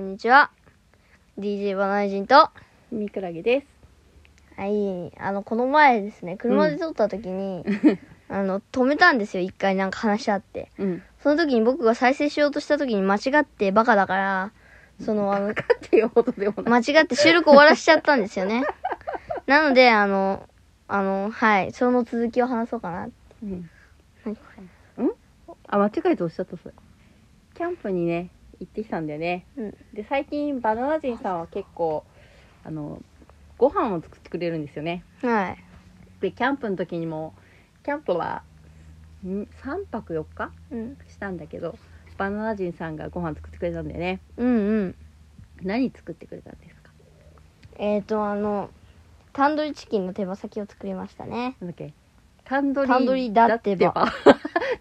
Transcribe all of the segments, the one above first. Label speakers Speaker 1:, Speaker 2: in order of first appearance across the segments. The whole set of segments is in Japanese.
Speaker 1: にちは。DJ バナナ人と、は
Speaker 2: ミクラゲです。
Speaker 1: い、あの、この前ですね、車で撮った時に、あの、止めたんですよ、一回なんか話し合って。
Speaker 2: うん。
Speaker 1: その時に僕が再生しようとした時に間違ってバカだから、その、あの、
Speaker 2: かっていうほどでもない。
Speaker 1: 間違って収録終わらしちゃったんですよ ね。なので、あの、あの、はい、その続きを話そうかな。
Speaker 2: うん。
Speaker 1: 何
Speaker 2: あ、間違えておっしゃったそれ。キャンプにね、行ってきたんだよね。
Speaker 1: うん。
Speaker 2: で、最近バナナ人さんは結構、あの、ご飯を作ってくれるんですよね。
Speaker 1: はい。
Speaker 2: で、キャンプの時にも、キャンプは、ん3泊4日
Speaker 1: うん。
Speaker 2: したんだけど、バナナ人さんがご飯作ってくれたんだよね。
Speaker 1: うんうん。
Speaker 2: 何作ってくれたんですか
Speaker 1: えっ、ー、と、あの、タンドリーチキンの手羽先を作りましたね。
Speaker 2: なんだっけタンドリー
Speaker 1: タンドリーだってば
Speaker 2: だっ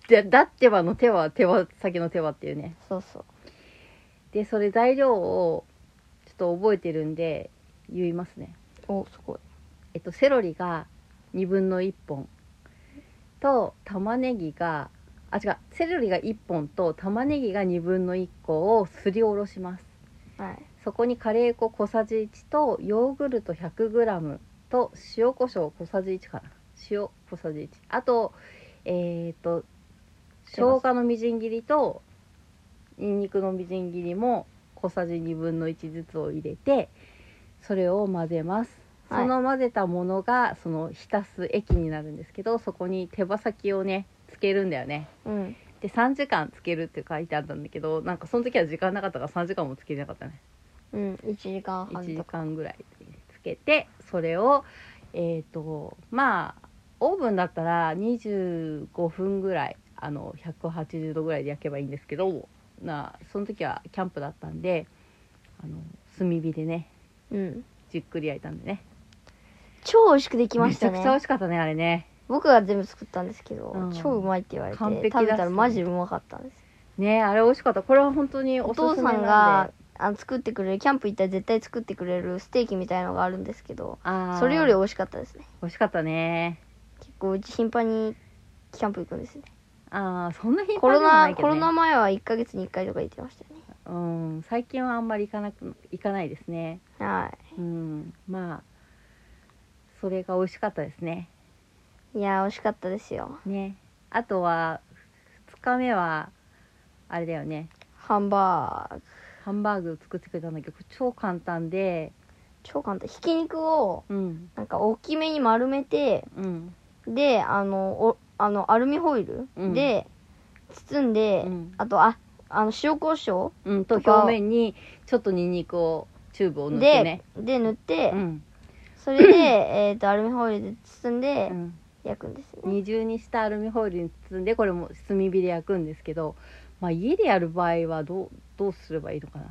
Speaker 2: てば だだってばの手は手羽先の手羽っていうね
Speaker 1: そうそう。
Speaker 2: でそれ材料をちょっと覚えてるんで言いますね
Speaker 1: お、すごい。
Speaker 2: えっとセロリが2分の1本と玉ねぎがあ違うセロリが1本と玉ねぎが2分の1個をすりおろします
Speaker 1: はい。
Speaker 2: そこにカレー粉小さじ1とヨーグルト 100g と塩コショウ小さじ1かな塩小さじ1あとえっ、ー、と生姜のみじん切りとニンニクのみじん切りも小さじ1分の1ずつを入れてそれを混ぜます、
Speaker 1: はい
Speaker 2: その混ぜたものがその浸す液になるんですけどそこに手羽先をねつけるんだよね
Speaker 1: うん。
Speaker 2: で3時間つけるって書いてあったんだけどなんかその時は時間なかったから3時間もつけれなかったね
Speaker 1: うん。1時間半
Speaker 2: 1
Speaker 1: と
Speaker 2: 時
Speaker 1: か。
Speaker 2: 間ぐらいつけてそれをえっ、とまあオーブンだったら25分ぐらいあの180度ぐらいで焼けばいいんですけどなその時はキャンプだったんであの炭火でね
Speaker 1: うん。
Speaker 2: じっくり焼いたんでね
Speaker 1: 超美味しくできました
Speaker 2: めちゃくちゃ美
Speaker 1: ね。
Speaker 2: 味しかったねあれね
Speaker 1: 僕が全部作ったんですけど、
Speaker 2: うん
Speaker 1: 超うまいって言われて、
Speaker 2: 完
Speaker 1: 食
Speaker 2: 璧
Speaker 1: べ
Speaker 2: だったね
Speaker 1: たらマジうまかったんです。
Speaker 2: ねあれ美味しかったこれは本当にお
Speaker 1: お
Speaker 2: すすめなん
Speaker 1: 父
Speaker 2: で
Speaker 1: さんがあの作ってくれる、キャンプ行ったら絶対作ってくれるステーキみたいのがあるんですけど、
Speaker 2: あー
Speaker 1: それより美味しかったですね。
Speaker 2: 美味しかったね
Speaker 1: 結構うち頻繁にキャンプ行くんですね。
Speaker 2: ああそんな頻
Speaker 1: コ
Speaker 2: 繁
Speaker 1: ロ
Speaker 2: にもな
Speaker 1: ナ、
Speaker 2: いけ
Speaker 1: コ
Speaker 2: ど、ね、
Speaker 1: ロナ前は1ヶ月に1回とか行ってましたよね。
Speaker 2: うん最近はあんまり行かなく行かないですね
Speaker 1: は
Speaker 2: うん、まあそれが美味しかったですね
Speaker 1: い。いやー、美味しかったですよ。
Speaker 2: ねあとは2日目はあれだよね
Speaker 1: ハンバーグ。
Speaker 2: ハンバーグを作ってくれたんだけど超簡単で
Speaker 1: 超簡単。ひき肉を、
Speaker 2: うん
Speaker 1: なんか大きめに丸めて、
Speaker 2: うん
Speaker 1: であのおあのアルミホイル
Speaker 2: うん
Speaker 1: で包んで、
Speaker 2: うん
Speaker 1: あとああの塩コショ
Speaker 2: うんと
Speaker 1: とか
Speaker 2: 表面にちょっとニンニクをチューブを
Speaker 1: ウ
Speaker 2: 塗っ
Speaker 1: で、
Speaker 2: てね
Speaker 1: で塗って、
Speaker 2: うん、
Speaker 1: それで えっとアルミホイルで包ん
Speaker 2: う
Speaker 1: で
Speaker 2: ん、
Speaker 1: 焼くんですね、
Speaker 2: 二重にしたアルミホイルに包んでこれも炭火で焼くんですけど、まあ、家でやる場合はどうどうすればいいのかな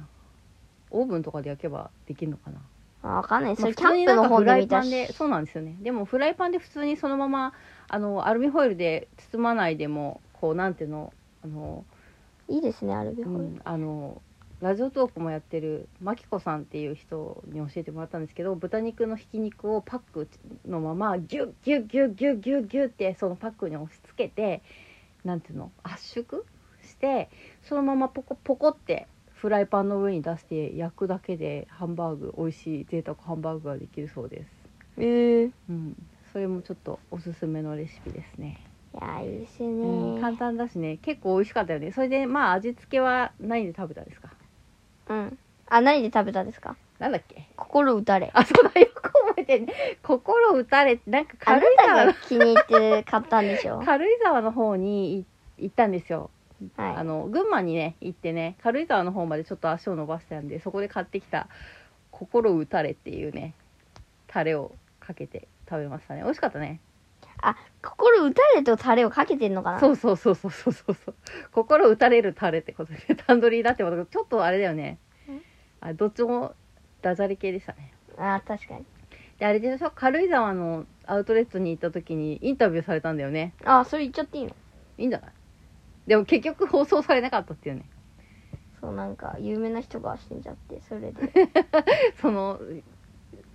Speaker 2: オーブンとかで焼けばできるのかな
Speaker 1: あ分かんないそ
Speaker 2: まあ
Speaker 1: れ
Speaker 2: 普
Speaker 1: キャ
Speaker 2: 通に
Speaker 1: ン
Speaker 2: な
Speaker 1: プの
Speaker 2: んかフ
Speaker 1: 本で
Speaker 2: ライ
Speaker 1: 見
Speaker 2: パ
Speaker 1: た
Speaker 2: ン
Speaker 1: し
Speaker 2: でそうなんですよねでもフライパンで普通にそのままあのアルミホイルで包まないでもこうなんていうのあの、
Speaker 1: いいですねアルミ
Speaker 2: う
Speaker 1: ホイル、
Speaker 2: ん、あのラジオトークもやってるマキコさんっていう人に教えてもらったんですけど豚肉のひき肉をパックのままギュッギュッギュッギュッギュッギュッってそのパックに押し付けてなんていうの圧縮してそのままポコポコってフライパンの上に出して焼くだけでハンバーグ美味しい贅沢ハンバーグができるそうです。
Speaker 1: えー、い
Speaker 2: うん、それもちょっとおすすめのレシピですね、
Speaker 1: やーいいですよね、
Speaker 2: うん、簡単だしね結構美味しかったよねそれでまあ味付けは何で食べたんですか
Speaker 1: うんあ何で食べたんですか
Speaker 2: なんだっけ
Speaker 1: 心打たれ
Speaker 2: あそうだよく覚えてるね 心打たれなんか
Speaker 1: あ
Speaker 2: 軽
Speaker 1: な
Speaker 2: 井
Speaker 1: た
Speaker 2: 沢
Speaker 1: が
Speaker 2: の
Speaker 1: 気に入って買ったんで しょ
Speaker 2: 軽井沢の方にい行ったんですよ、あ
Speaker 1: は
Speaker 2: の群馬にね行ってね軽井沢の方までちょっと足を伸ばしてたんでそこで買ってきた心打たれっていうねタレをかけて食べましたね美味しかったね
Speaker 1: いあ心打たれとタレをかけてんのかな
Speaker 2: そうそうそうそうそうそうそう心打たれるタレってことで タンドリーだってことちょっとあれだよね
Speaker 1: ん
Speaker 2: あどっちもダジャレ系でしたね
Speaker 1: あー確かに
Speaker 2: であれでしょ軽井沢のアウトレットに行った時にインタビューされたんだよね
Speaker 1: あそれ言っちゃっていいの
Speaker 2: いいんじゃないでも結局放送されなかったっていうね
Speaker 1: そうなんか有名な人が死んじゃってそれで
Speaker 2: その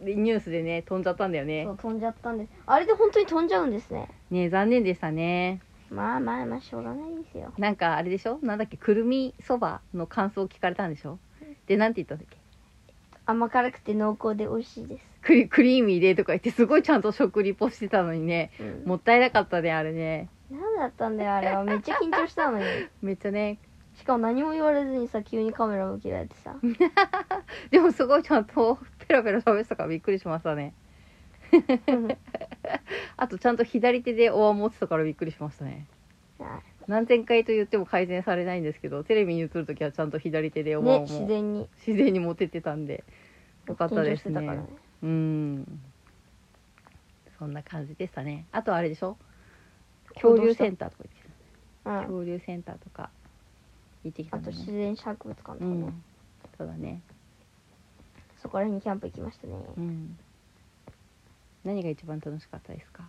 Speaker 2: ニュースでね飛んじゃったんだよね
Speaker 1: そう飛んじゃったんですあれで本当に飛んじゃうんですね
Speaker 2: ね残念でしたね
Speaker 1: まあまあまあしょうがないですよ
Speaker 2: なんかあれでしょなんだっけくるみそばの感想を聞かれたんでしょでなんて言ったんだっけ
Speaker 1: 甘辛くて濃厚で美味しいです、
Speaker 2: クリクリーミーでとか言ってすごいちゃんと食リポしてたのにね
Speaker 1: うん、
Speaker 2: もったいなかったねあれね
Speaker 1: 何だったんだよあれはめっちゃ緊張したの に
Speaker 2: めっちゃね
Speaker 1: しかも何も言われずにさ急にカメラ向けられて さ
Speaker 2: でもすごいちゃんと ペラペラ喋ってたからびっくりしましたね
Speaker 1: うん
Speaker 2: あとちゃんと左手でお椀持ってたからびっくりしましたね
Speaker 1: は
Speaker 2: 何千回と言っても改善されないんですけどテレビに映る時はちゃんと左手で
Speaker 1: い
Speaker 2: お
Speaker 1: ね
Speaker 2: 椀を
Speaker 1: 自然に
Speaker 2: 自然に持ててたんでよかったですね
Speaker 1: 緊張してたからね
Speaker 2: うんそんな感じでしたねあとあれでしょ恐竜センターとか行ってた
Speaker 1: うん
Speaker 2: 恐竜センターとか行ってきた
Speaker 1: あ
Speaker 2: ん
Speaker 1: と
Speaker 2: だね
Speaker 1: 自然博物館とかね、
Speaker 2: うんそうだね
Speaker 1: そこら辺にキャンプ行きましたね、
Speaker 2: うん何が一番楽しかったですか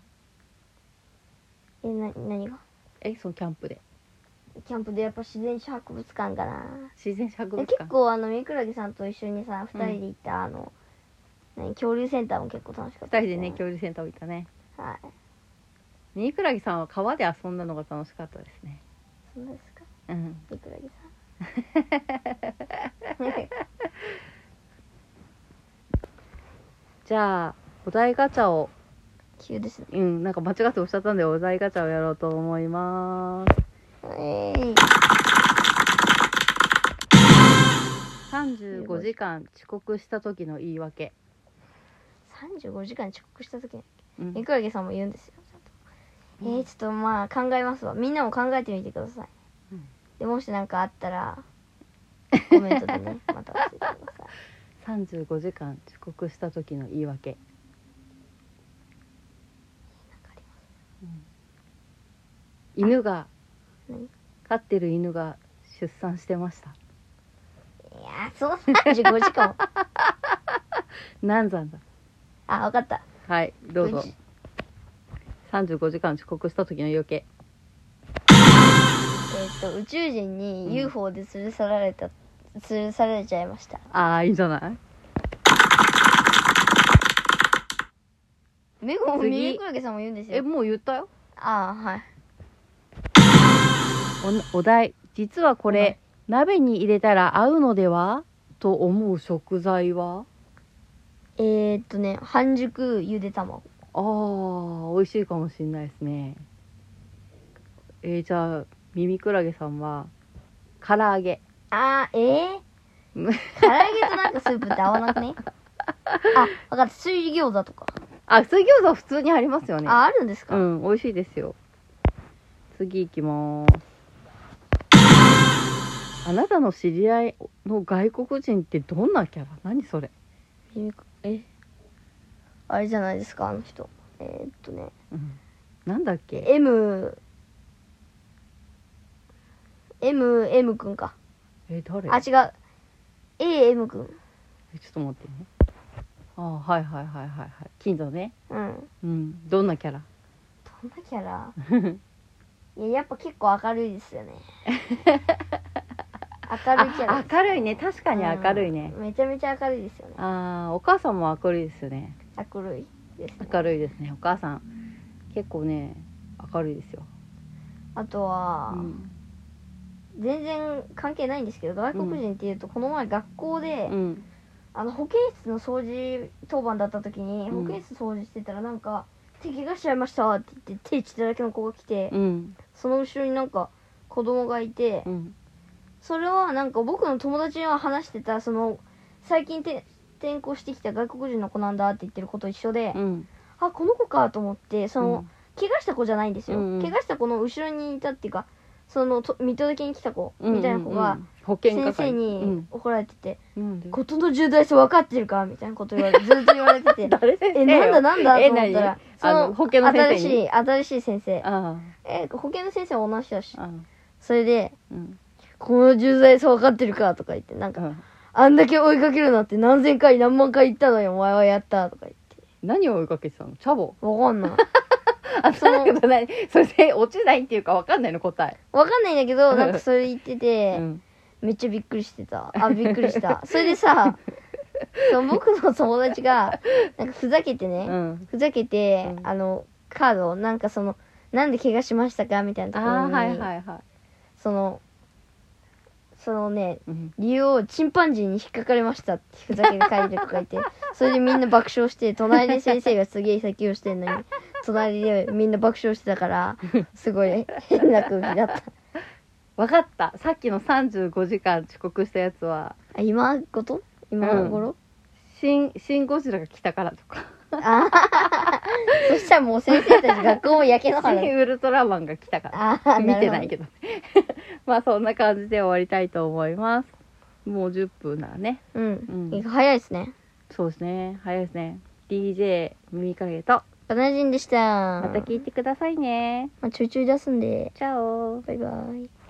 Speaker 1: えな何が
Speaker 2: えそのキャンプで
Speaker 1: キャンプでやっぱ自然博物館かな
Speaker 2: 自然博
Speaker 1: で
Speaker 2: 物
Speaker 1: 結
Speaker 2: 館
Speaker 1: 構あの三倉木さんと一緒にさ
Speaker 2: うん
Speaker 1: 2人で行った、あの何恐竜センターも結構楽しかっ
Speaker 2: 二
Speaker 1: た
Speaker 2: 人でね
Speaker 1: ね
Speaker 2: 恐竜センターを行ったね
Speaker 1: はい
Speaker 2: ニクラギさんは川で遊んだのが楽しかったですね
Speaker 1: そんなですか
Speaker 2: うん
Speaker 1: 三倉木さん ね
Speaker 2: じゃあお題ガチャを
Speaker 1: 急ですね
Speaker 2: うんなんか間違っておっしゃったんでお題ガチャをやろうと思います
Speaker 1: えい
Speaker 2: 35時間遅刻した時の言い訳
Speaker 1: 35時間遅刻した時に
Speaker 2: うん
Speaker 1: 三倉木さんも言うんですよちゃんとえー、ちょっとまあ考えますわみんなも考えてみてください、
Speaker 2: うん
Speaker 1: でもし何かあったらコメントで ねまた教えてください
Speaker 2: 35時間遅刻した時の言い訳犬が
Speaker 1: 何
Speaker 2: 飼ってる犬が出産してました
Speaker 1: いやーその35時間も
Speaker 2: 難産だ
Speaker 1: あ分かった
Speaker 2: はいどうぞ
Speaker 1: うち
Speaker 2: 35時間遅刻した時の言い訳
Speaker 1: えっと宇宙人に UFO で連れ去られた、連れ去られちゃいました
Speaker 2: ああいいんじゃない
Speaker 1: 目も
Speaker 2: 次
Speaker 1: 右黒毛さんも言うんです
Speaker 2: え
Speaker 1: よ
Speaker 2: もう言ったよ
Speaker 1: ああはい
Speaker 2: おお題実はこれ鍋に入れたら合うのではと思う食材は
Speaker 1: えー、っとね半熟ゆで卵
Speaker 2: あー美味しいかもしれないですねえー、じゃあミミクラゲさんは唐揚げ
Speaker 1: あーえ
Speaker 2: う
Speaker 1: ー、
Speaker 2: ん
Speaker 1: 唐揚げとなんかスープって合わなく ねあ分かった水餃子とか、
Speaker 2: あ水餃子普通にありますよね
Speaker 1: ああるんです
Speaker 2: う
Speaker 1: か、
Speaker 2: ん美味しいですよ次行きまーすあなたの知り合いの外国人ってどんなキャラ何それ
Speaker 1: えあれじゃないですかあの人えー、っとね
Speaker 2: うんなんだっけ
Speaker 1: M M M 君か
Speaker 2: え誰
Speaker 1: あ違う A M 君
Speaker 2: えちょっと待ってねああはいはいはいはいはい金のね
Speaker 1: うん
Speaker 2: うんどんなキャラ
Speaker 1: どんなキャ ラいややっぱ結構明るいですよね明るいキャラ
Speaker 2: あ明るいね確かに明るいね
Speaker 1: う、んめちゃめちゃ明るいですよね
Speaker 2: ああお母さんも明るいですよね
Speaker 1: 明るいです、ね、
Speaker 2: 明るいですねお母さん結構ね明るいですよ、
Speaker 1: あとは、
Speaker 2: うん
Speaker 1: 全然関係ないんですけど外国人っていうとこの前学校で、
Speaker 2: うん、
Speaker 1: あの保健室の掃除当番だった時に
Speaker 2: うん
Speaker 1: 保健室掃除してたらなんか「手怪我しちゃいました」って言って手血だらけの子が来て、
Speaker 2: うん
Speaker 1: その後ろになんか子供がいて、
Speaker 2: うん
Speaker 1: それはなんか僕の友達が話してたその最近て転校してきた外国人の子なんだって言ってる子と一緒で、
Speaker 2: うん
Speaker 1: あこの子かと思ってその、怪我した子じゃないんですよ、
Speaker 2: うんうん
Speaker 1: 怪我した子の後ろにいたっていうかそのと見届けに来た子
Speaker 2: うん
Speaker 1: みたいな子
Speaker 2: う
Speaker 1: が
Speaker 2: ん保健
Speaker 1: 先生
Speaker 2: う
Speaker 1: に
Speaker 2: ん
Speaker 1: 怒られてて
Speaker 2: なん
Speaker 1: 「
Speaker 2: で
Speaker 1: 事の重大さ分かってるか?」みたいなこと言われ てずっと言われてて
Speaker 2: 誰
Speaker 1: 「
Speaker 2: 先生
Speaker 1: えなんだなんだ?」
Speaker 2: え
Speaker 1: と思ったら
Speaker 2: 何あの保健の
Speaker 1: 新
Speaker 2: 先生
Speaker 1: し
Speaker 2: に
Speaker 1: い新しい先生
Speaker 2: あ
Speaker 1: え保健の先生は同じ人だし
Speaker 2: あああ
Speaker 1: それで
Speaker 2: うん
Speaker 1: 「この重大さ分かってるか?」とか言ってなんか
Speaker 2: うん
Speaker 1: あんだけ追いかけるなって何千回何万回言ったのにお前はやったとか言って。
Speaker 2: 何を追いかけてたのチャボ
Speaker 1: わかんない。
Speaker 2: あそ
Speaker 1: その
Speaker 2: んなことないそれで落ちないっていうかわかんないの答え
Speaker 1: わかんないんだけ ど、なんかそれ言ってて、
Speaker 2: うん
Speaker 1: めっちゃびっくりしてた。あ、びっくりした。それで さ、その僕の友達が、なんかふざけてね、
Speaker 2: うん
Speaker 1: ふざけて、
Speaker 2: うん
Speaker 1: あの、カードを、なんかその、なんで怪我しましたかみたいなとこ
Speaker 2: あ
Speaker 1: ろ
Speaker 2: あ
Speaker 1: に、
Speaker 2: はいはいはい
Speaker 1: その、そのね
Speaker 2: うん
Speaker 1: 理由をチンパンジーに引っかかれましたってふざけて書いてる子が いてそれでみんな爆笑して隣で先生がすげえ先をしてん のに隣でみんな爆笑してたからすごい変な空気だった
Speaker 2: わかったさっきの35時間遅刻したやつは
Speaker 1: あ今ごと今頃、
Speaker 2: 新「シン・ゴジラ」が来たからとか
Speaker 1: あそしたらもう先生たち学校も焼
Speaker 2: 「
Speaker 1: け野原
Speaker 2: 新ウルトラマン」が来たから
Speaker 1: あー
Speaker 2: 見てな
Speaker 1: る
Speaker 2: いけどまあそんな感じで終わりたいと思いますもう10分ならね
Speaker 1: ほどうん、
Speaker 2: うん
Speaker 1: 意外早いですね
Speaker 2: そうですね早いですね DJ 耳かげと
Speaker 1: バナジンでした
Speaker 2: また聞いてくださいね、
Speaker 1: まあ、ちょいちょい出すんで
Speaker 2: チャオ
Speaker 1: バイバイ